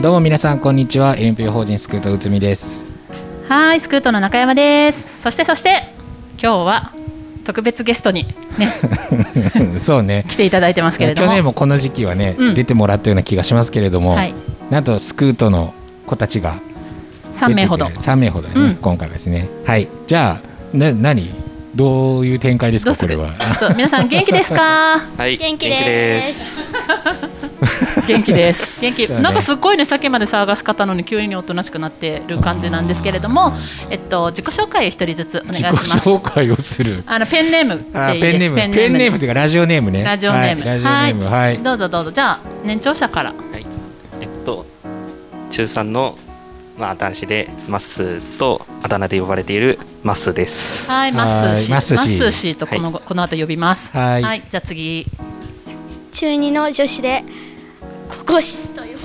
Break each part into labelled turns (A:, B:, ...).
A: どうも皆さんこんにちは NPO 法人スクート内海です
B: はい、スクートの中山です。そしてそして今日は特別ゲストに ね
A: そうね
B: 来ていただいてますけれども、
A: 去年もこの時期はね、
B: うん
A: 出てもらったような気がしますけれども、
B: はい
A: なんとスクートの子たちが
B: 3名ほど。
A: 3名ほどね、
B: うん
A: 今回はですねはいじゃあな何どういう展開ですか
B: どうす
A: これ
B: る
A: は？
B: ちょっと皆さん元気ですか？
C: はい、
D: 元気です
C: す。
B: 元 気です。元気。
A: だね
B: なんかすごいねさっきまで騒がしかったのに急におとなしくなってる感じなんですけれども
A: あ、
B: えっと自己紹介一人ずつお願いし
A: 自己
B: ます。
A: 紹介をする
B: あのペンネーム
A: あ
B: でいいで
A: ペン
B: す。
A: ネームペンネームというかラジオネームね
B: ラジオネーム。
A: はい、ラジオネームはい、
B: どうぞどうぞ。じゃあ年長者から。
C: えっと、中三の、まあ、男子で、マッスーと、あだ名で呼ばれているマッスーです。
B: はい、マッスー氏。
A: は
B: マ
A: いマッスー氏
B: ッスー氏とこのこの後呼びます。
A: はい
B: はい。じゃあ次。
D: 中二の女子でここしという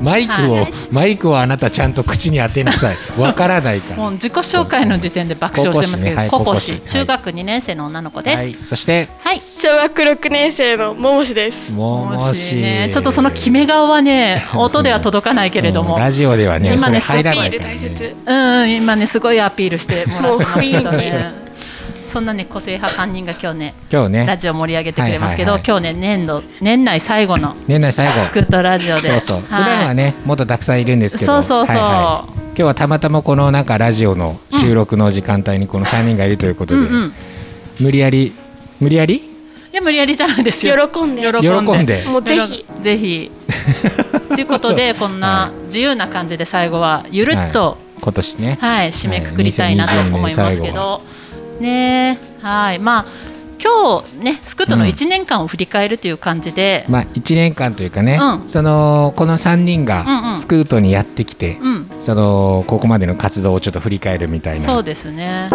A: マイクを、
D: はい
A: マイクをあなたちゃんと口に当てなさいわからないから
B: もう自己紹介の時点で爆笑してますけど、
A: 高
B: 高
A: 校
B: 校
A: 生ね
B: 生
A: はい高校生
B: 中学2年生の女の子です。
A: は
B: はいい、
A: そして
E: 小学六年生のももしです。
A: ももし
B: ね、ちょっとその決め顔はね、音では届かないけれど
A: う
B: も
A: ん、ラジオではね
B: 今
A: それ
B: ね
A: 入らない
E: ビール
A: から、ね、
E: 大切。
B: うん、うん、今ねすごいアピールしてもらってますけど
E: もう雰
B: ね。そんなね個性派3人が今日ね
A: 今日
B: ラ
A: ね
B: ジオ盛り上げてくれますけど、
A: はいはい
B: 今日ね年度年内最後の
A: 年内最後
B: スクートラジオで、、
A: そうそう、普段はいねもっとたくさんいるんですけど
B: そうそうそう
A: いい、今日はたまたまこのなんかラジオの収録の時間帯にこの3人がいるということ
B: う
A: で、
B: んうん、い
A: 無理やり無理やり
B: や無理やりじゃないです
E: 喜
B: よ。
E: んで。
A: 喜んで
E: もうぜひ。
B: ぜひ ということでこんな自由な感じで最後はゆるっと、
A: 今年ね、
B: はい締めくくりたいなと思います
A: はい2022
B: け
A: 年最後
B: ど、ねえはいまあ今日ねスクートの
A: うん
B: 1年間を振り返るという感じで、
A: まあ1年間というかね、
B: うん
A: そのこの3人
B: うんう
A: が
B: ん
A: スクートにやってきて、
B: うん、
A: そのここまでの活動をちょっと振り返るみたいな
B: そうですね。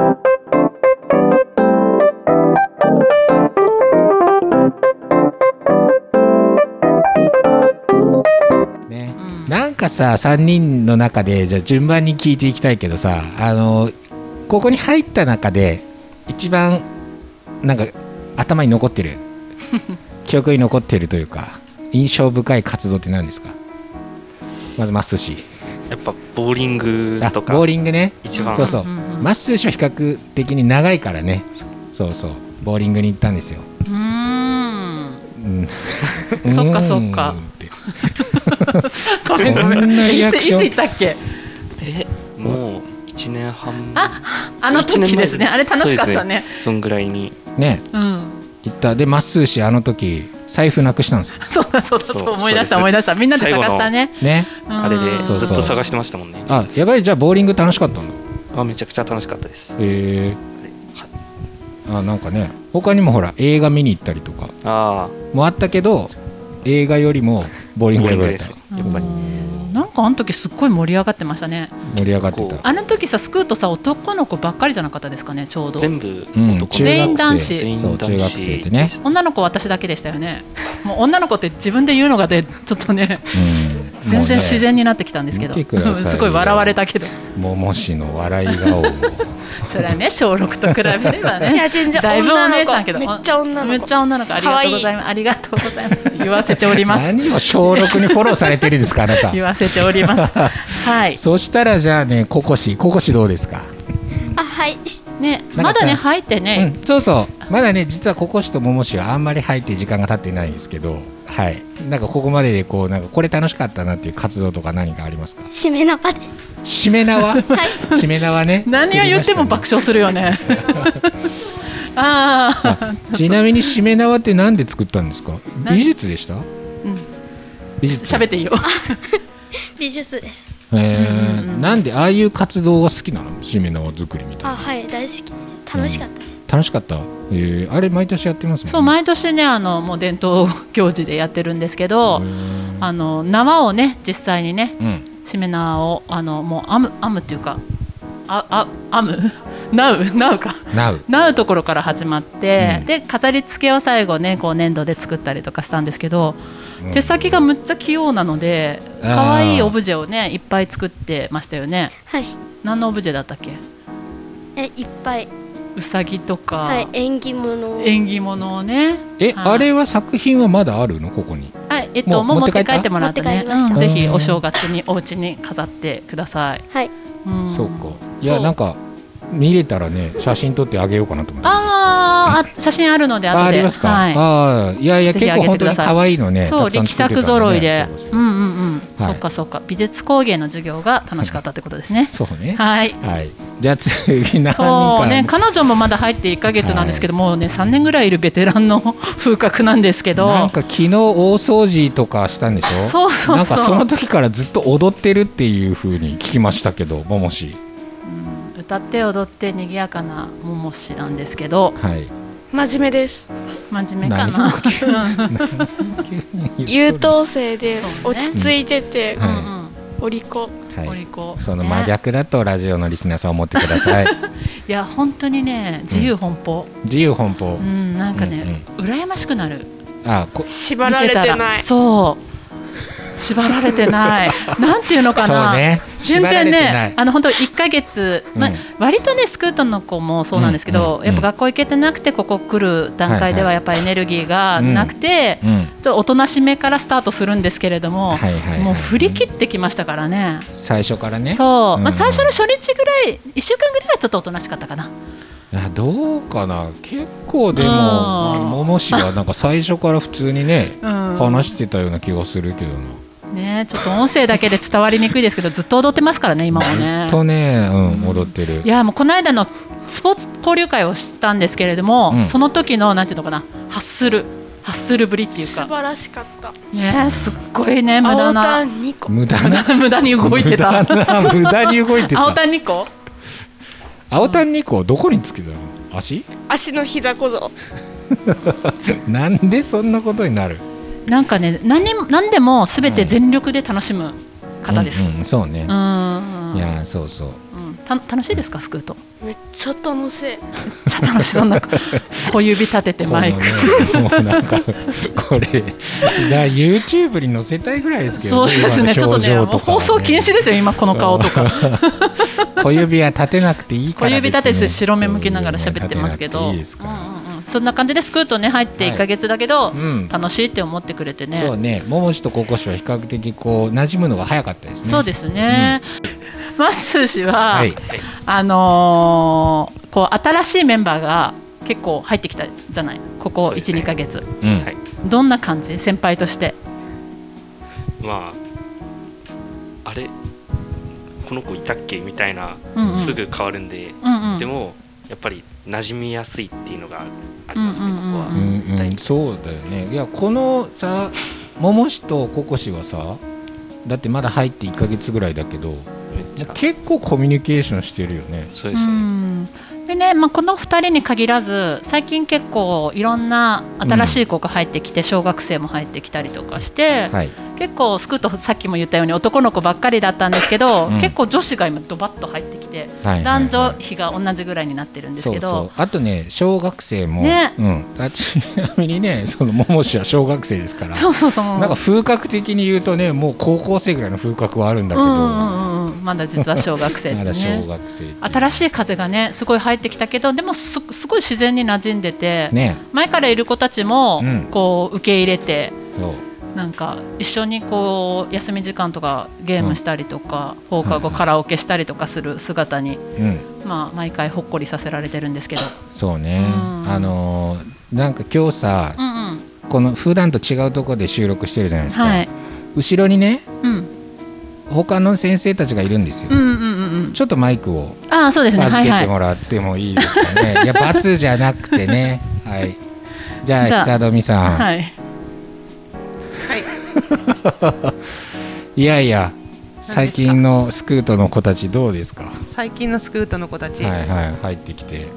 A: ね
B: う、ん
A: なんかさ3人の中でじゃあ順番に聞いていきたいけどさあのここに入った中で一番なんか頭に残って る記憶に残ってるというか印象深い活動って何ですかまずマッスー氏
C: やっぱ、ボーリング
A: あ
C: とか
A: ボー、リングね
C: 一番
A: そうそう、
B: うんうん
A: マッスー氏は比較的に長いからねそうそうボーリングに行ったんですよ、
B: うーん
A: うん、
B: そっかそっか
A: うーんて
B: ごめんごめ。
A: そんなんリア
B: いつ
A: ク
B: いつ
A: ション
B: 行ったっけ？
C: もう1年半。
B: あの時ですね。あれ楽しかっ
C: そ
B: た
C: うで
B: ね。
C: すねそんぐらいに。
A: ね
B: うん。
A: 行ったでマッスー氏あの時財布なくしたんですよ
B: そうだそうだそう
C: そう
B: 思い出し
C: そうです
B: た思い出した。みんなで探したね。
A: ね
B: うん
C: あれで
A: そうそう
C: ずっと探してましたもんね。
A: あやばいじゃあボーリング楽しかったんだ
C: あめちゃくちゃ楽しかったです。
A: へえあなんかね他にもほら映画見に行ったりとか
C: あ
A: もあったけど映画よりもボー
C: あ、
A: リン
C: ボ
A: グ
C: ー
A: が
C: リ
A: 良
C: ン
A: か
C: グ
A: っ
C: です
A: た
C: ね。やっぱり。
B: うんなんかあの時すっごい盛り上がってましたね。
A: 盛り上がってた
B: あの時さスクートさ男の子ばっかりじゃなかったですかねちょうど。
C: 全部
A: うん
C: 男
A: 中
C: で、
B: 全員
A: 学
B: 男
A: 生
B: 子
C: 全員
A: そう
C: 男
A: 中学生ってね
C: 子、
B: 女の子は私だけでしたよね。もう女の子って自分で言うのがでちょっと ね
A: うん、
B: 全然自然になってきたんですけど。
A: 見てくださいよ
B: すごい笑われたけど。
A: ももしの笑い顔を
B: それ はね小六と比べればね。
E: いや全然
B: だいぶお姉さんけど。
E: 女の子めっちゃ女の子
B: めっちゃ女の子ありがとうございます。ありがとうございます。言わせております。
A: 何を小6にフォローされてるんですかあな た
B: 言わせております。 はい。
A: そしたらじゃあねココシココシどうですか
D: あはい
B: ね
A: か
B: まだね入ってね、
A: うん、そうそうまだね実はココシとモモシはあんまり入って時間が経ってないんですけどはいなんかここまででこうなんかこれ楽しかったなっていう活動とか何かありますか
D: しめ縄です
A: しめ 縄しめ縄ね
B: 何を言っても爆
A: 作
B: 笑する よね。
A: りまし
B: ああ、
A: たねちなみにしめ縄ってなんで作ったんですか
B: 何
A: 美術でした、美術
B: 喋っていいよ。
D: 美術です
A: えーなんでああいう活動が好きなのしめ縄作りみたい
D: あ
A: な
D: はい大好きです楽しかったです、
A: 楽しかった、えー、あれ毎年やってますもんね
B: そう毎年ねあのもう伝統行事でやってるんですけど、
A: うん
B: あの縄をね実際にね
A: うん
B: しめ縄をあのもう編む編むっていうかああ編む なうなうか。
A: なう
B: なうところから始まって、
A: うん
B: で飾り付けを最後ねこう粘土で作ったりとかしたんですけど、手先がむっちゃ器用なので
A: あー
B: 可愛いオブジェをねいっぱい作ってましたよね
D: はい
B: 何のオブジェだったっけ
D: えいっぱいう
B: さぎとか、
D: はい縁起物を
B: 縁起物をね
A: え
B: はい
A: あれは作品はまだあるのここに
B: はいえっと、もう持って帰ってもらって
D: 持って
B: ね
D: 帰りまし、た
B: うんぜひお正月にお家に飾ってください。
D: はい。
B: ん
A: そうか。いや
B: そう
A: なんか見れたらね写真撮ってあげようかなと思って。
B: あーあ、写真あるので後で。
A: あありますか。
B: はい。
A: ああいやいや
B: ぜひ
A: 結構本当に可愛いのね。
B: そう
A: たく
B: 力
A: さん作って
B: 作
A: たん
B: 揃いで、うんうんうん、
A: はい
B: そっかそっか美術工芸の授業が楽しかったってことですね
A: そうね。
B: はい
A: はい。じゃあ次何人
B: そ
A: か
B: うね彼女もまだ入って1か月なんですけど、もうね3年ぐらいいるベテランの風格なんですけど
A: なんか昨日大掃除とかしたんでしょ。
B: そうそうそう
A: なんかその時からずっと踊ってるっていう風に聞きましたけど、ももし。
B: 歌って踊って賑やかなももしなんですけど
A: はい。
E: 真面目です
B: 真面目かな
A: 何を急に
E: 優等生で
B: そうね
E: 落ち着いてて、
A: は
E: お利口
B: うんうん、お
A: は
B: 利
A: い。
B: 口
A: その
B: ね
A: 真逆だとラジオのリスナーさん思ってくだ さい。
B: いや本当にね自由奔放、
A: 自由奔放
B: うん。なんかね、羨ましくなる
A: あ、こ
E: 縛られてない
B: そう縛られて ないなんていうのか
A: そ
B: な
A: うね。
B: 全
A: 縛られ
B: 然
A: てない
B: ね、あの本当1ヶ月、まあ
A: うん
B: 割とねスクートの子もそうなんですけ
A: う
B: ど、
A: んうん
B: やっぱ学校行けてなくてここ来る段階では
A: はいはい
B: やっぱエネルギーがなくて、
A: うん。
B: ちょっとおとなしめからスタートするんですけれども、
A: はいはいはい
B: もう振り切ってきましたからね。
A: 最初からね。
B: そう、
A: うん
B: まあ最初の初日ぐらい1週間ぐらいはちょっとおとなしかったかな。
A: あどうかな結構でも
B: うん
A: まあももしはなんか最初から普通にね
B: うん
A: 話してたような気がするけどな
B: ねちょっと音声だけで伝わりにくいですけどずっと踊ってますからね今もね
A: ずっ。とねうん踊ってる
B: いやもうこの間のスポーツ交流会をしたんですけれども、
A: うん
B: その時のなんていうのかなハッスルハッスルぶりっていう
E: 素
B: か
E: 晴らしかった
B: ねすっごいね無駄
E: 青
B: な
E: タン2個
A: 無駄な
B: 無駄に動いてた
A: 無駄な無駄に動いて
B: 青
A: た
B: タン2個
A: 青タン2個どこにつけたの足
E: 足の膝小僧
A: なんでそんなことになる
B: なんかね何何でも全て全力で楽しむ方です、
A: うんうんそうね
B: うーん
A: いやそうそう
B: うんた楽しいですかスクート
E: めっちゃ楽しい
B: めっちゃ楽しそうなん か小指立てて
A: この
B: マイ
A: ね
B: ク、
A: もうなんかこれだ YouTube に載せたいぐらいですけ
B: そ
A: ど
B: うですねちょっとねもう放送禁止ですよ今この顔とか
A: 小指は立てなくていいか
B: 小
A: ら
B: 指立て
A: 別
B: て
A: に
B: 白目向きながら喋ってますけ
A: 小
B: ど
A: 指立てなくていいですか
B: うんうんうんそんな感じでスクートね入って
A: はい
B: 1か月だけど、
A: らうん
B: 楽しいって思ってくれてね
A: そうね桃地とココシは比較的こう馴染むのが早かったですね
B: そうですね、マッスー氏は、
A: はい
B: あのーこう新しいメンバーが結構入ってきたじゃないここ
C: そうです
B: 12、
C: ね
B: 2ヶ月
A: うん
C: はい
B: どんな感じ先輩として
C: まああれこの子いたっけみたいな、
B: うんうん
C: すぐ変わるんで、
B: うんうん
C: でもやっぱり馴染みやすいっていうのがありますね、
B: うん
C: こ
B: うんうん
C: こ
B: う
C: は、
A: うんんうんそうだよねいやこのさ桃地とココシはさだってまだ入って1か月ぐらいだけど
C: めっちゃ
A: 結構コミュニケーションしてるよね
C: そう
B: う
C: ですね、
B: んでねまあ、この2人に限らず最近結構いろんな新しい子が入ってきて、小学生も入ってきたりとかして、
A: はい
B: 結構スクートさっきも言ったように男の子ばっかりだったんですけど、
A: うん
B: 結構女子が今ドバッと入ってきて、
A: はい
B: 男
A: はい
B: 女
A: はい
B: 比が同じぐらいになってるんです
A: そう
B: け
A: そ
B: ど
A: うあとね小学生も
B: ね
A: うんあちなみにねその桃地は小学生ですから
B: そうそうそう
A: なんか風格的に言うとねもう高校生ぐらいの風格はあるんだけ
B: う
A: ど、
B: んうんうんうんまだ実は小学生
A: ま
B: で
A: だ
B: す
A: 小
B: ね
A: 学生っていう
B: 新しい風がねすごい入ってきたけどでもすすごい自然に馴染んでて、
A: ね
B: 前からいる子たちも
A: うん
B: こう受け入れて、
A: そう
B: なんか一緒にこう休み時間とかゲームしたりとか、放課後カラオケしたりとかする姿に、
A: うん
B: まあ、毎回ほっこりさせられてるんですけど、
A: そうね、
B: うん
A: あのーなんか今日さ
B: う、んうん、
A: この普段と違うところで収録してるじゃないですか、
B: はい、
A: 後ろにね
B: うん、
A: 他の先生たちがいるんですよ、
B: うんうんうんうん
A: ちょっとマイクを
B: ああそうですね
A: 預
B: はい
A: け
B: は
A: て
B: い
A: もらってもいいですかね、 いや罰じゃなくてねはいじゃあ
B: じゃあ
A: 久富さん、
B: はい
A: い、やいや最近のスクートの子たちどうですか
F: 最近のスクートの子たち、
A: はいはい入ってきて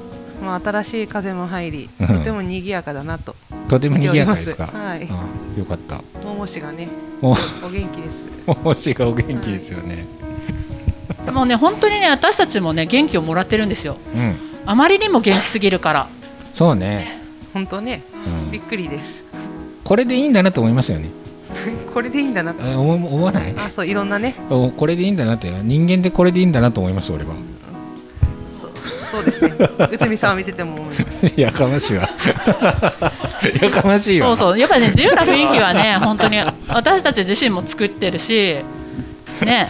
F: まあ、新しい風も入り、
A: うん
F: とても賑やかだなと
A: とても賑やかですか
F: はい
A: あよかった
F: 桃氏がね
A: も
F: お元気です
A: う もしがお元気ですよね、
B: もうね本当にね私たちもね元気をもらってるんですよ
A: うん
B: あまりにも元気すぎるから
A: そうね、
F: 本当ね
A: うん
F: びっくりです
A: これでいいんだなと思いましたよね
F: これでいいんだなと
A: あ思思わない
F: あそういろんなね
A: おこれでいいんだなって人間でこれでいいんだなと思いました俺は
F: そうそうですね。内海さんを見てても思います。
A: やかましいわ やかましいわ
B: そうそうやっぱりね自由な雰囲気はね 本当に私たち自身も作ってるしね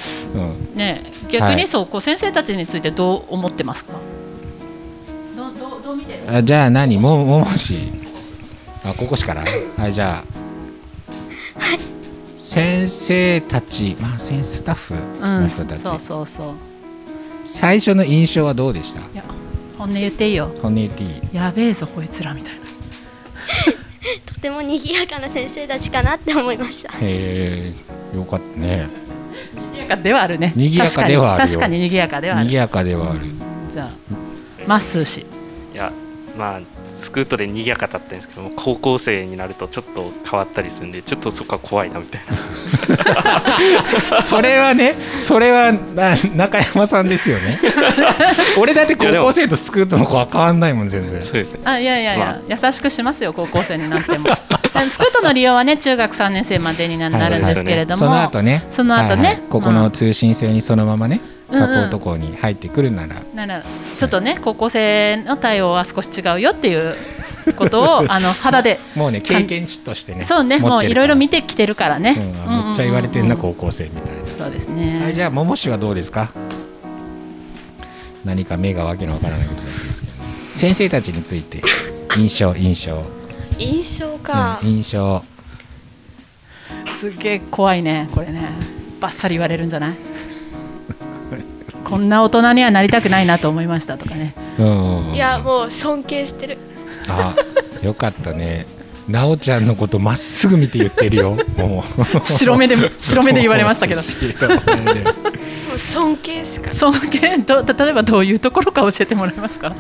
A: うん
B: ね逆
A: は
B: に
A: い
B: そう、こう先生たちについてどう思ってますかどどどう見てる
A: あじゃあ何もももしあここしからはいじゃあ、先生たちまあ先生スタッフ
B: う
A: の
B: ん
A: 人たち、
B: そうそうそう
A: 最初の印象はどうでした
B: いや本音言っていいよ
A: 本音言っていい
B: やべえぞこいつらみたいな
D: とても賑やかな先生たちかなって思いました
A: へえよかったね
B: 賑やかではあるね
A: 賑やかではあるよ
B: 確かに確かに賑やかではあ
A: 賑
B: る
A: やかではある
B: じゃあまっすー氏
C: いやまあスクートで賑やかだったんですけども高校生になるとちょっと変わったりするんでちょっとそこは怖いなみたいな
A: それはねそれはな中山さんですよ ね俺だって高校生とスクートの子は変わんないもん全然
C: そうですね
B: あいやいやいや、優しくしますよ高校生になっても あのスクートの利用はね中学3年生までにな
A: はい
B: なるんですけれども、
A: その後ね
B: その後ね
A: はいはいここ
B: ま
A: の
B: あ
A: 通信制にそのままね
B: うん
A: サポート校に入ってくるなら、
B: ならちょっとね高校生の対応は少し違うよっていうこと をあの肌で
A: もうね経験値としてね
B: そう
A: 持って
B: ね
A: るから
B: もういろいろ見てきてるからね、
A: う
B: うんんうんうんうん
A: めっちゃ言われてんな高校生みたい
B: そうです
A: な、はい、じ
B: ね
A: ゃあ桃氏はどうですか何か目がわけのわからないことになってますけど先生たちについて印象印象、
E: 印象
A: うん、印象
B: すっげえ怖いねこれねバッサリ言われるんじゃないこんな大人にはなりたくないなと思いましたとかね
A: うん
E: いやもう尊敬してる
A: あよかったねなおちゃんのことまっすぐ見て言ってるよもう
B: 白目で白目で言われましたけ ど
A: 白目で
E: もう尊敬しか
B: 尊敬ど例えばどういうところか教えてもらえますか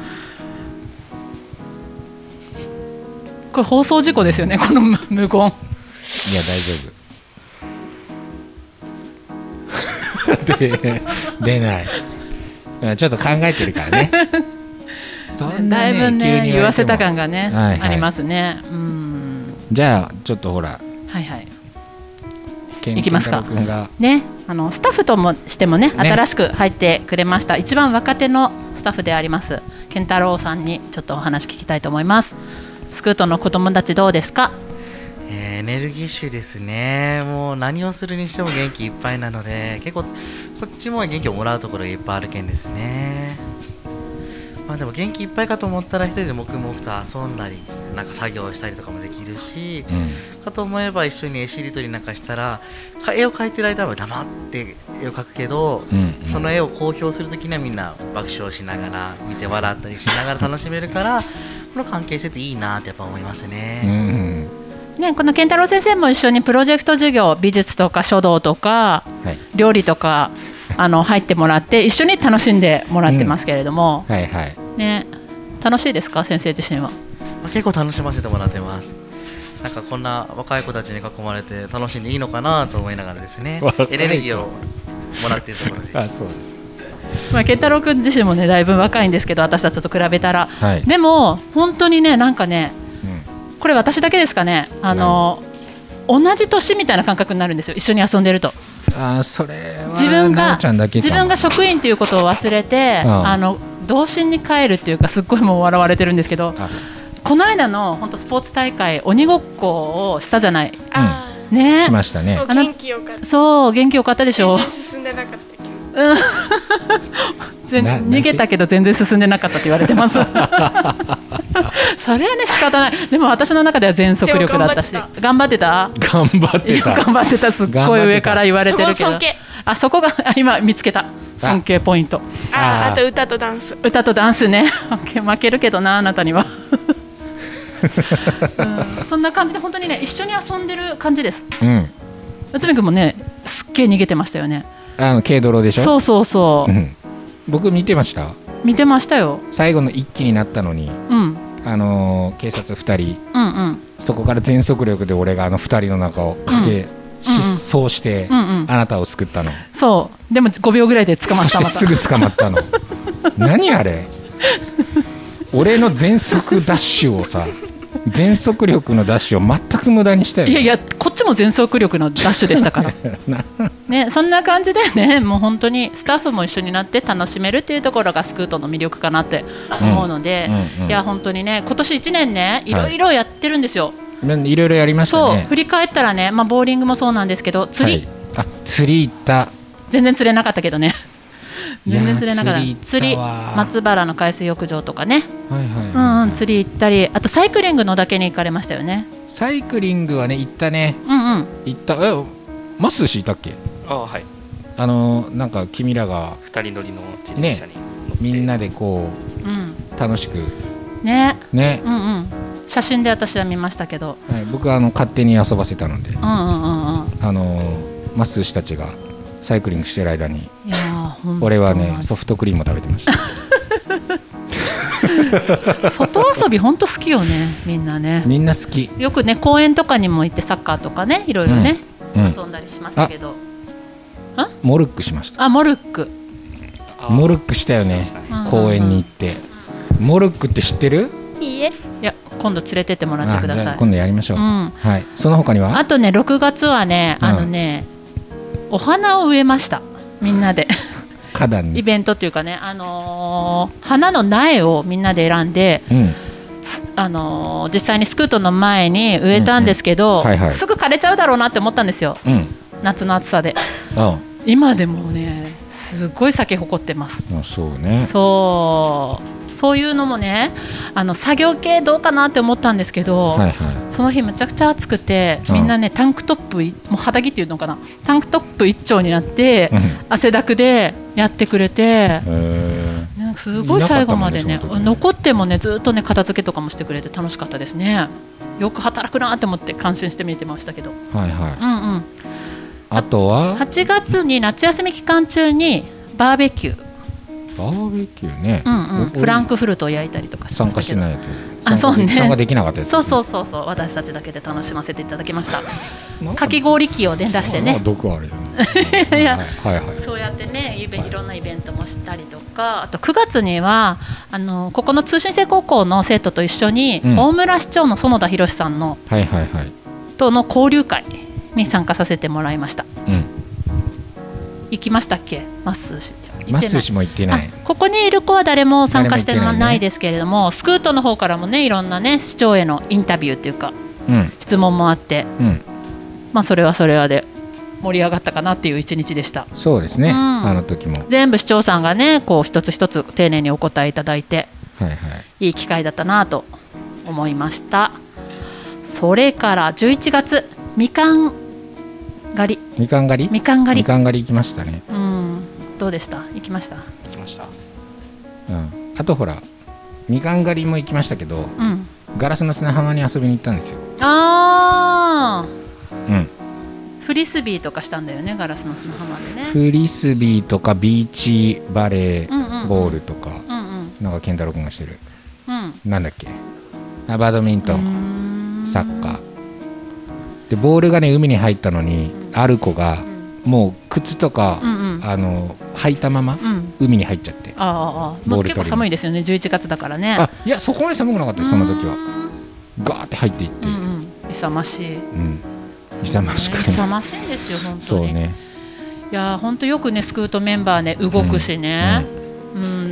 B: これ放送事故ですよねこの無無言
A: いや大丈夫 で出ないあちょっと考えてるからね そんな
B: だいぶね
A: 急に
B: 言わせた
A: れても
B: 感がね、
A: はいはい
B: ありますねうん
A: じゃあちょっとほら
B: はいはい
A: ケン
B: いきますか
A: ケンタロウ君が
B: ねあのスタッフともしてもね
A: ね
B: 新しく入ってくれました、一番若手のスタッフであります健太郎さんにちょっとお話聞きたいと思いますスクートの子供たちどうですか
G: えーエネルギッシュですねもう何をするにしても元気いっぱいなので結構こっちも元気をもらうところがいっぱいあるけんですねまあでも元気いっぱいかと思ったら一人で黙々と遊んだりなんか作業したりとかもできるし
A: う
G: かと思えば一緒に絵しりとりなんかしたらか絵を描いてる間は黙って絵を描くけど、
A: ん
G: その絵を公表するときにはみんな爆笑しながら見て笑ったりしながら楽しめるからこの関係性っていいなってやっぱ思いますね。
A: うんうん
B: ねこの健太郎先生も一緒にプロジェクト授業美術とか書道とか
A: はい
B: 料理とかあの入ってもらって一緒に楽しんでもらってますけれども、
A: はいはい
B: ね楽しいですか先生自身は
G: まあ結構楽しませてもらってますなんかこんな若い子たちに囲まれて楽しんでいいのかなと思いながらですね
A: 若い子
G: エネルギーをもらっているところです
A: あそうです
B: まあ健太郎君自身もねだいぶ若いんですけど私たちと比べたら、
A: はい
B: でも本当にねなんかね
A: うん
B: これ私だけですかねあの、同じ年みたいな感覚になるんですよ一緒に遊んでると
A: あそれは
B: 自分
A: な
B: が
A: おちゃんだけか
B: 自分が職員ということを忘れて、
A: うん
B: あの童心に帰るっていうかすっごいもう笑われてるんですけど
A: あ
B: この間の本当スポーツ大会鬼ごっこをしたじゃない
E: あ
B: ね
A: しましたね
E: あ
B: あの
E: 元気よかった
B: そう元気よかったでしょ
E: 全然進んでなかったけど
B: 全
A: な
B: 然逃げたけど全然進んでなかったって言われ てますそれはね仕方ないでも私の中では全速力 だったし
E: でも
B: 頑張ってた
A: 頑張っ
B: い
A: て
B: や
A: た
B: 頑張ってたすっ
A: 頑張
B: ご
A: ってた
B: い上から言われてるけ
E: そこ
B: ど
E: 尊敬
B: あそこがあ今見つけた尊敬ポイント
E: あ
A: あー
E: あと歌とダンス
B: 歌とダンスね OK 負けるけどなあな たには、うんそんな感じで本当にね一緒に遊んでる感じです
A: うん
B: 内海君もねすっげえ逃げてましたよね
A: あの軽泥でしょ
B: そうそうそうう、
A: ん僕見てました
B: 見てましたよ、
A: 最後の一気になったのに
B: うん、うん
A: あのー警察2人
B: うんうん
A: そこから全速力で俺があの2人の中を駆け、失踪して、
B: うんうん
A: あなたを救ったの
B: そうでも5秒ぐらいで捕まっ
A: そしたて
B: ますた
A: ぐ捕まったの何あれ俺の全速ダッシュをさ全速力のダッシュを全く無駄にしたよ、ね、
B: いやいやこっちも全速力のダッシュでし たから、ね、そんな感じでねもう本当にスタッフも一緒になって楽しめるっていうところがスクートの魅力かなって思うので、
A: うんうん
B: いや本当にね今年1年ねいろいろやってるんですよ、
A: いろいろやりました
B: そう
A: ね
B: 振り返ったらね、まあ、ボーリングもそうなんですけど釣り、
A: はいあ釣り行った
B: 全然釣れなかったけどね
A: いやー
B: 全然釣れなかった
A: 釣り行った
B: 釣り
A: わー
B: 松原の海水浴場とかね、
A: はいはいはい
B: うんうん、釣り行ったりあとサイクリングのだけに行かれましたよね
A: サイクリングはね行ったね
B: うんうん
A: 行ったえマッスー氏いたっけ
C: ああはい
A: あのなんか君らが
C: 2人乗りの自転車に乗って
A: みんなでこ
B: うん
A: う楽しく
B: ね
A: ね、
B: うんうん写真で私は見ましたけど
A: はい、僕はあの勝手に遊ばせたので
B: うんうんうんうん
A: あのマッスー氏たちがサイクリングしてる間に
B: いやー本当
A: 俺はねソフトクリームを食べてました
B: 外遊び本当好きよねみんなね
A: みんな好き、
B: よくね公園とかにも行ってサッカーとかねいろいろね、
A: うん、
B: 遊んだりしましたけど
A: モルックしました
B: あモルック
C: ああ
A: モルックしたよね
C: そうでし
B: うんうんうん
A: 公園に行ってモルックって知ってる
D: いいえ
B: いや今度連れてってもらってくだ
A: あじ
B: さ
A: ゃあ
B: い
A: 今度やりましょう、
B: うん
A: はいその他には
B: あとね6月はね
A: うん
B: あのね、お花を植えましたみんなで
A: 花壇
B: イ
A: に
B: ベントっていうかね、あのー花の苗をみんなで選んで、
A: うん
B: すあのー実際にスクートの前に植えたんですけ
A: うんう
B: ど、
A: んはいはい
B: すぐ枯れちゃうだろうなって思ったんですよ
A: うん
B: 夏の暑さで
A: あ
B: 今でもねすごい咲き誇ってます
A: あそうね
B: そうそういうのもねあの作業系どうかなって思ったんですけど、
A: はいは
B: その日めちゃくちゃ暑くて
A: うん
B: みんなねタンクトップいもう肌着っていうのかなタンクトップ一丁になって、
A: い、うん
B: 汗だくでやってくれて、
A: え
B: なんかすごい最後までね
A: いなかったもんね
B: 残ってもねずっとね片付けとかもしてくれて楽しかったですねよく働くなって思って感心して見てましたけど、
A: ーはいはい
B: うんうん、
A: あとは
B: 8月に夏休み期間中にバーベキュー、
A: バーベキューね、
B: うんうん、
A: お
B: フランクフルトを焼いたりとかし
A: 参
B: ました
A: 加
B: け
A: し
B: ど
A: てないやつ
B: あそうね
A: 参加できなかったやつ
B: そうそうそうそう私たちだけで楽しませていただきました
A: なん
B: かき氷機をね出して
A: ま
B: ね
A: あ毒はあるよね
B: いや
A: はいはいはい
B: そうやってねイベ
A: はい
B: いろんなイベントもしたりとかあと9月にはあのここの通信制高校の生徒と一緒に、
A: うん
B: 大村市長の園田博さんの
A: はいはいはい
B: との交流会に参加させてもらいました
A: うん
B: 行きましたっけマッスー氏
A: マッスー氏も行ってない
B: あここにいる子は誰も参加して
A: 誰も行っ
B: な
A: てないね
B: ないですけれどもスクートの方からもねいろんなね市長へのインタビューというか
A: うん
B: 質問もあって
A: うん
B: まあそれはそれはで盛り上がったかなっていう一日でした
A: そうですね、
B: うん
A: あの時もは
B: 全部市長さんがねこう一つ一つ丁寧にお答えいただいて
A: いはい
B: いい機会だったなと思いましたそれから11月みかん狩り
A: みかん狩り
B: みかん狩
A: み
B: り
A: かん狩り行きましたね、
B: うんどうでした行きました
C: た行きました
A: うん、あとほらみかん狩りも行きましたけど
B: うん
A: ガラスの砂浜に遊びに行ったんですよ
B: あ
A: うん
B: ーフリスビーとかしたんだよねガラスの砂浜でね
A: フリスビーとかビーチバレ
B: うんうんう
A: ー
B: ん
A: ボールとか、
B: うんうん
A: なんか健太郎君がしてる
B: うん
A: なんだっけあバドミントン、
B: うーん
A: サッカーでボールがね海に入ったのに、ある子がもう靴とか、
B: うんうん
A: あの履いたまま、
B: うん
A: 海に入っちゃって
B: ああああも
A: ボー
B: う
A: ル取
B: 結構
A: り
B: 寒いですよね11月だからね
A: あいやそこまで寒くなかったよその時はガーって入っていっ
B: う
A: て、うん
B: んうん勇ましい
A: 勇ましく
B: 勇
A: ね
B: ましいですよ本当
A: そう
B: に
A: ね
B: いやー本当よくねスクートメンバーね動くしね、うん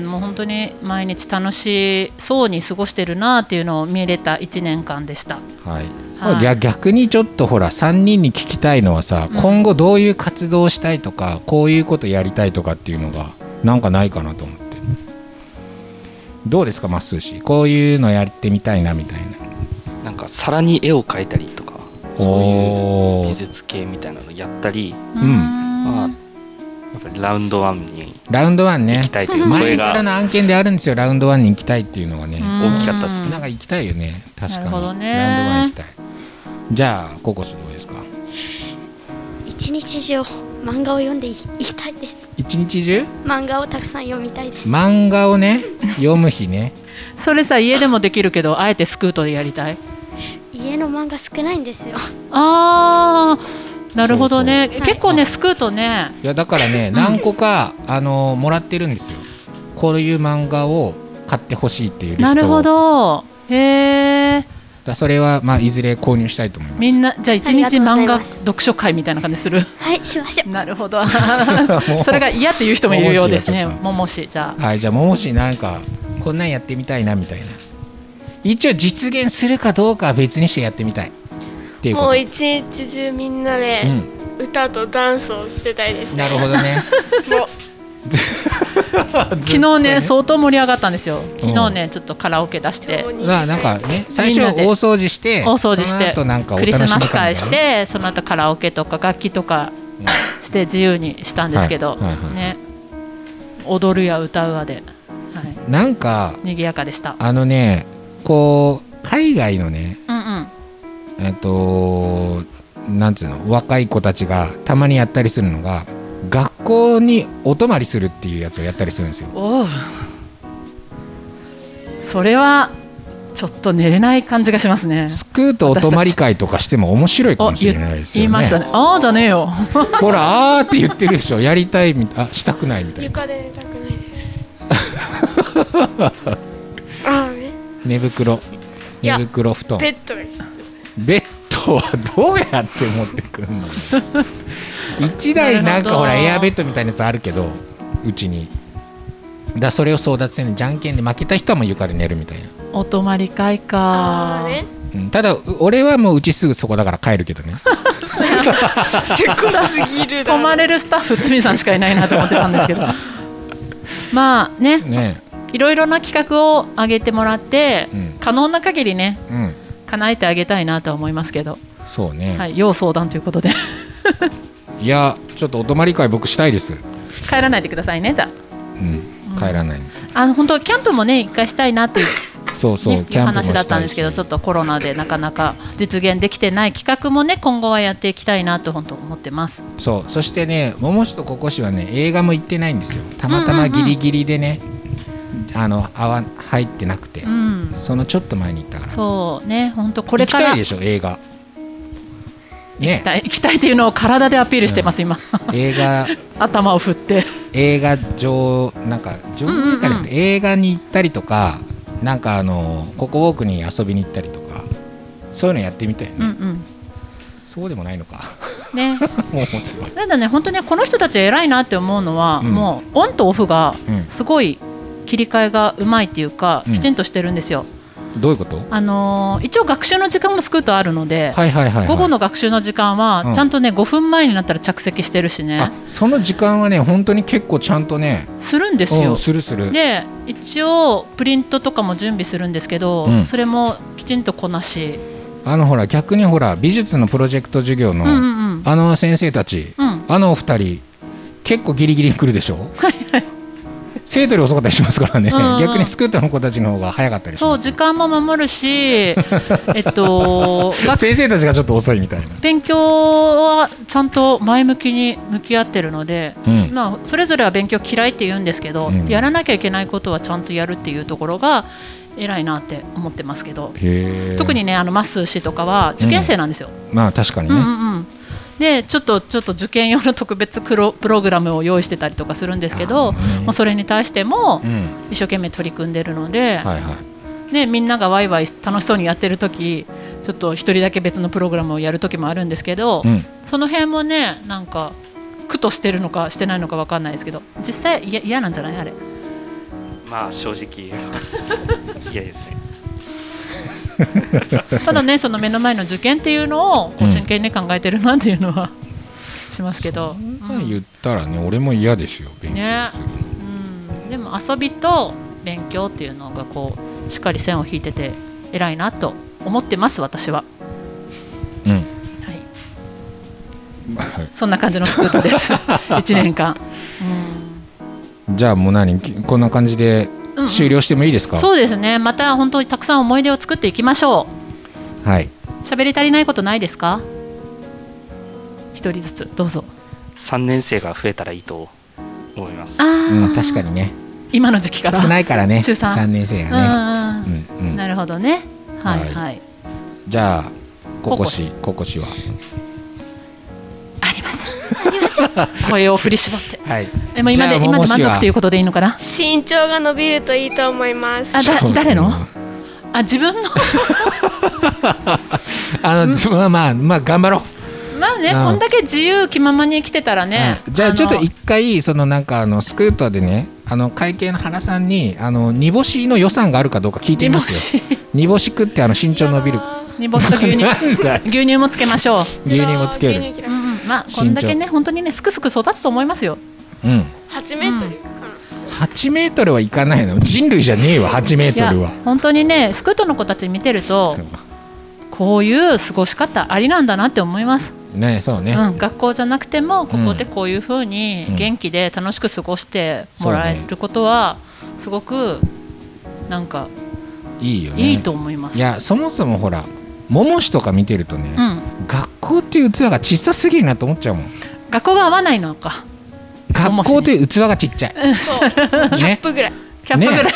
B: もう本当に毎日楽しそうに過ごしてるなっていうのを見れた1年間でした
A: はい、
B: はい
A: まあ逆逆にちょっとほら3人に聞きたいのはさ、
B: うん
A: 今後どういう活動をしたいとかこういうことやりたいとかっていうのがなんかないかなと思ってどうですかまっすーしこういうのやってみたいなみたいな
C: なんか皿に絵を描いたりとかそう
A: お
C: い
A: ー
C: う美術系みたいなのやったりや
A: ん
C: まあ
B: ま
C: っぱりラウンドワンに
A: ラウンドワンね
C: 行きたいという
A: 前
C: 声が
A: からの案件であるんですよラウンドワンに行きたいっていうのがね、
C: 大きかったっす
A: なんか行きたいよね確かに
B: なるほどね
A: ラウンドワン行きたいじゃあココスどうですか
D: 一日中漫画を読んでいいきたいです
A: 一日中
D: 漫画をたくさん読みたいです
A: 漫画をね読む日ね
B: それさ家でもできるけどあえてスクートでやりたい
D: 家の漫画少ないんですよ
B: あーなるほどね
D: そうそう
B: 結構ねスクートね
A: いやだからね何個か、あのもらってるんですよこういう漫画を買ってほしいっていうリストを
B: なるほどへえ
A: からそれはまあいずれ購入したいと思います
B: みんなじゃあ一日漫
D: ありがとうござい
B: 画
D: ます
B: 読書会みたいな感じする
D: はいしましょう
B: なるほど それが嫌っていう人もいるようですね
A: ももしやとか
B: ももしじゃあ
A: はいじゃあもしなんかこんなんやってみたいなみたいな一応実現するかどうかは別にしてやってみたいっていうこ
E: も
A: と
E: う一日中みんなで
A: う
E: 歌とダンスをしてたいです
A: ん、
E: ね
A: なるほどね
B: 昨日ね相当盛り上がったんですよ昨日ねちょっとカラオケ出して
E: 今日
A: まあなんかね最初
B: みん
A: は
B: なで
A: 大掃除して
B: 大掃除し
A: そ
B: て
A: の後なんかお
B: ク
A: 楽
B: リ
A: し
B: ス
A: み
B: マス
A: 会
B: 会してその後カラオケとか楽器とかして自由にしたんですけど、
A: はいはいはい
B: ね踊るや歌うわで、はい、
A: なんか
B: 賑やかでした。
A: あのねこう海外のね
B: うんうん。
A: えっとなんつうの若い子たちがたまにやったりするのが学校にお泊まりするっていうやつをやったりするんですよ
B: おうそれはちょっと寝れない感じがしますね。
A: スクートお泊まり会とかしても面白いか
B: お
A: もしれ
B: 言
A: ないですよね
B: 言いましたね。ああじゃねえよ。
A: ほらあーって言ってるでしょやりたいみたいあしたくないみたいな
E: 床で寝たくないで すああね
A: 寝袋
E: い
A: 寝
E: や
A: 袋布団
E: ベッドが必要
A: ベッドはどうやって持ってくんの 一台なんかほ
B: な
A: ら
B: るほど
A: エアベッドみたいなやつあるけどうちにだからそれを争奪戦でじゃんけんで負けた人はもう床で寝るみたいな、
B: お泊まり会
E: あ
B: か
E: あ。ね
A: うんただう俺はもううちすぐそこだから帰るけど ね
E: せこすぎるだ
B: 泊
E: ろ
B: まれるスタッフつみさんしかいないなと思ってたんです けど。まあね、
A: ね
B: いろいろな企画を上げてもらって、
A: うん
B: 可能な限りね
A: えうん
B: 叶えてあげたいなと思いますけど、
A: そうね、、
B: はいい、要相談ということで
A: やちょっとお泊まり会僕したいです、
B: 帰らないでくださいねじゃ
A: うん、帰らない、
B: ああの本当はキャンプもね一回したいなっていう,、
A: そうそう、
B: ね、い
A: キ
B: う
A: ャンプもしたい
B: 話
A: し
B: だったんですけどちょっとコロナでなかなか実現できてない企画もね今後はやっていきたいなと本当思ってます
A: そうそしてね桃市とココ市はね映画も行ってないんですよたまたまギリギリでね、あの合わ入ってなくて、
B: うん
A: そのちょっと前に行ったから
B: そうね本当これか
A: 行きた
B: ら
A: いでしょ映画
B: 行き
A: ね
B: たい行きたいっていうのを体でアピールしてます、今
A: 映画
B: 頭を振って
A: 映画上なんか上
B: うんう
A: 映画
B: んうん
A: じゃなくて映画に行ったりとかなんかあのココウォークに遊びに行ったりとかそういうのやってみたいね、
B: うんうん
A: そうでもないの かも
B: ね
A: う面白い
B: ただね本当ねこの人たち偉いなって思うのは、
A: うん
B: もうオンとオフが
A: うん
B: すごい切り替えがうまいっていうか、
A: うん
B: きちんとしてるんですよ。
A: どういうことは
B: あのー一応学習の時間もスクートあるので、
A: いはいはい、はい、
B: 午後の学習の時間
A: う
B: は
A: ん
B: ちゃんとね、5分前になったら着席してるしね
A: あその時間はね本当に結構ちゃんとね
B: するんです
A: うん
B: よ。
A: するする
B: で一応プリントとかも準備するんですけど、
A: うん
B: それもきちんとこなし、
A: あのほら逆にほら美術のプロジェクト授業の、
B: うんうんうん
A: あの先生たち、
B: うん
A: あのお二人結構ギリギリに来るでしょ生徒より遅かったりしますからね、
B: うんうん
A: 逆にスクートの子たちの方が早かったりし
B: そ
A: ま
B: う
A: す
B: 時間も守 るしえっと学
A: 先生たちがちょっと遅いみたいな、
B: 勉強はちゃんと前向きに向き合ってるので、
A: うん
B: まあ、それぞれは勉強嫌いって言うんですけど、
A: うん
B: やらなきゃいけないことはちゃんとやるっていうところが偉いなって思ってますけど、
A: へー
B: 特にねあのマッスー氏とかは受験生なんですよ。
A: まあ確かに
B: うん
A: ね、
B: うんうんでちょっとちょっと受験用の特別クロプログラムを用意してたりとかするんですけど、
A: あーね
B: もうそれに対しても
A: うん
B: 一生懸命取り組んでるので、
A: はいはい
B: ね、みんながワイワイ楽しそうにやってる時ちょっと一人だけ別のプログラムをやる時もあるんですけど、
A: うん
B: その辺もねなんか苦としてるのかしてないのかわかんないですけど実際いや嫌なんじゃないあれ
C: まあ正直言えば 嫌ですね
B: ただねその目の前の受験っていうのをこ
A: う
B: うん真剣に考えてるなっていうのはしますけど、
A: まあ言ったらね俺も嫌ですよ勉強
B: ね
A: するの、
B: うん、でも遊びと勉強っていうのがこうしっかり線を引いてて偉いなと思ってます私は、
A: うん
B: はい、
A: まあ
B: そんな感じのスクートです一年間、
A: じゃあもう何こんな感じで
B: うんうん
A: 終了してもいいですか、
B: そうですねまた本当にたくさん思い出を作っていきましょ
A: はい、
B: う喋り足りないことないですか一人ずつどうぞ
C: 3年生が増えたらいいと思います
B: あー、
A: うん、確かにね
B: 今の時期から
A: 少ないからね
B: 中三
A: 3年生がね、
B: うんうん
A: うんう
B: うんん、なるほどねはいは
A: はい
B: い、
A: じゃあココシココシは
B: あります 声を振り絞って
A: はい
B: えもう今
A: じ
B: で
A: ゃあ
B: 今で
A: も
B: 満
A: しは
B: 足ということでいいのかな
E: 身長が伸びるといいと思います
B: あだ
A: そう
B: 誰 の
A: うん
B: あ自分の
A: あのつまあまあまあ頑張ろう
B: まあね、
A: うん
B: こんだけ自由気ままに生きてたらね、
A: うんじゃあ
B: の
A: ちょっと一回そのなんかあのスクートでねあの会計の原さんにあの煮干しの予算があるかどうか聞いてみますよ
B: 煮干し
A: 煮干し食ってあの身長伸びる
B: 煮干しと牛乳
A: なんだよ
B: 牛乳もつけましょう、
A: 牛乳もつける
E: 牛乳
B: う
E: 嫌い
B: んうん、まあこんだけね本当にねすくすく育つと思いますよ
A: うん
E: 8メートルか
A: 8メートルはいかないの人類じゃねえわ8メー
B: いや
A: トルは
B: 本当にねスクートの子たち見てるとこういう過ごし方ありなんだなって思います、
A: ねそうね、
B: うん、学校じゃなくてもここでこういうふう
A: う
B: に
A: ん
B: 元気で楽しく過ごしてもらえることはすごくなんか
A: いいよね
B: いいと思います、
A: いやそもそもほら桃市とか見てるとね、
B: うん、
A: 学校っていう器が小さすぎるなと思っちゃうもん
B: 学校が合わないのか
A: 学校っていう器がちっちゃい、ね
E: ップぐらい
B: キャップぐらい、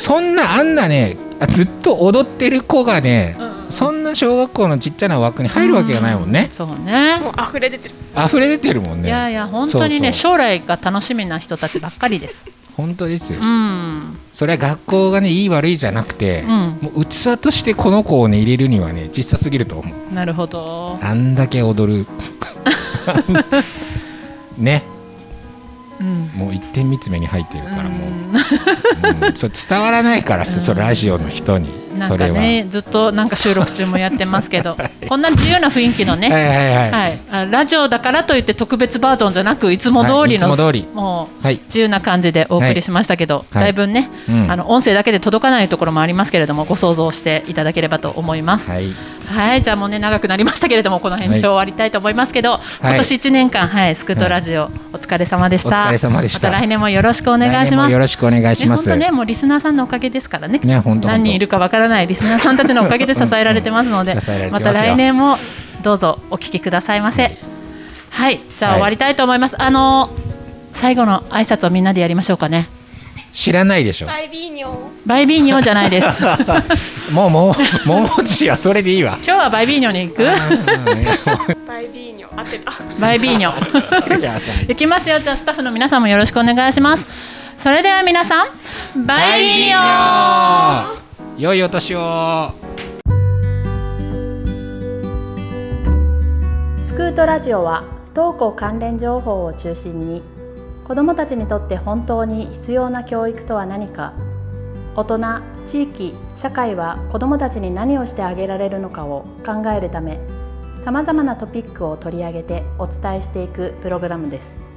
A: そんなあんなねあずっと踊ってる子がね、そんな小学校のちっちゃな枠に入るわけがないもんね、
B: そうね
E: もう溢れ出てる
A: 溢れ出てるもんね
B: いやいや本当にね
A: そう
B: 将来が楽しみな人たちばっかりです。
A: そう本当ですよ、
B: うん、
A: それは学校がねいい悪いじゃなくて、
B: う、
A: もう器としてこの子をね入れるにはね小さすぎると思うん
B: なるほど。
A: あんだけ踊 るね
B: うん、
A: もう一点見つめに入ってるからもう、うんそれ伝わらないからさ、そのラジオの人に
B: な
A: そ
B: んか
A: れは、
B: ねずっとなんか収録中もやってま すけど、こんな自由な雰囲気の
A: は
B: ね。
A: いはいはい、
B: はい、あラジオだからといって特別バージョンじゃなくいつも通りの、
A: はいいつも通り
B: もう
A: はい
B: 自由な感じでお送りしましたけど、
A: はい
B: だいぶね、
A: うん
B: あの音声だけで届かないところもありますけれどもご想像していただければと思います。
A: はい
B: はい、じゃあもうね長くなりましたけれどもこの辺で終わりたいと思いますけど、今年1年間はいスクートラジオ、お疲れ様でし
A: お
B: た。
A: 疲れ様でした
B: また来年もよろしくお願い
A: 来
B: し
A: 年
B: ま
A: も
B: す。
A: よろしくお願いします、
B: ね本当ねもうリスナーさんのおかげですからね。
A: ね本当
B: 何人いるかわからないリスナーさんたちのおかげで支えられてますので、
A: 支えられてま
B: ます
A: よ
B: た来年もどうぞお聞きくださいませ。はい、じゃあ
A: はい
B: 終わりたいと思います。あの最後の挨拶をみんなでやりましょうかね。
A: 知らないでしょ
E: バイビーニョー
B: バイビーニョじゃな いです。
A: も
B: 今
A: う もうももちはそれでいい わ
B: 日はバイビーニョに行く。
E: バイビーニョ合ってた
B: バイビ ーニョ。行きますよ。じゃあスタッフの皆さんもよろしくお願いします。それでは皆さん、バイビーニョ。
A: 良いお年を
H: スクートラジオは不登校関連情報を中心に子どもたちにとって本当に必要な教育とは何か大人地域社会は子どもたちに何をしてあげられるのかを考えるためさまざまなトピックを取り上げてお伝えしていくプログラムです。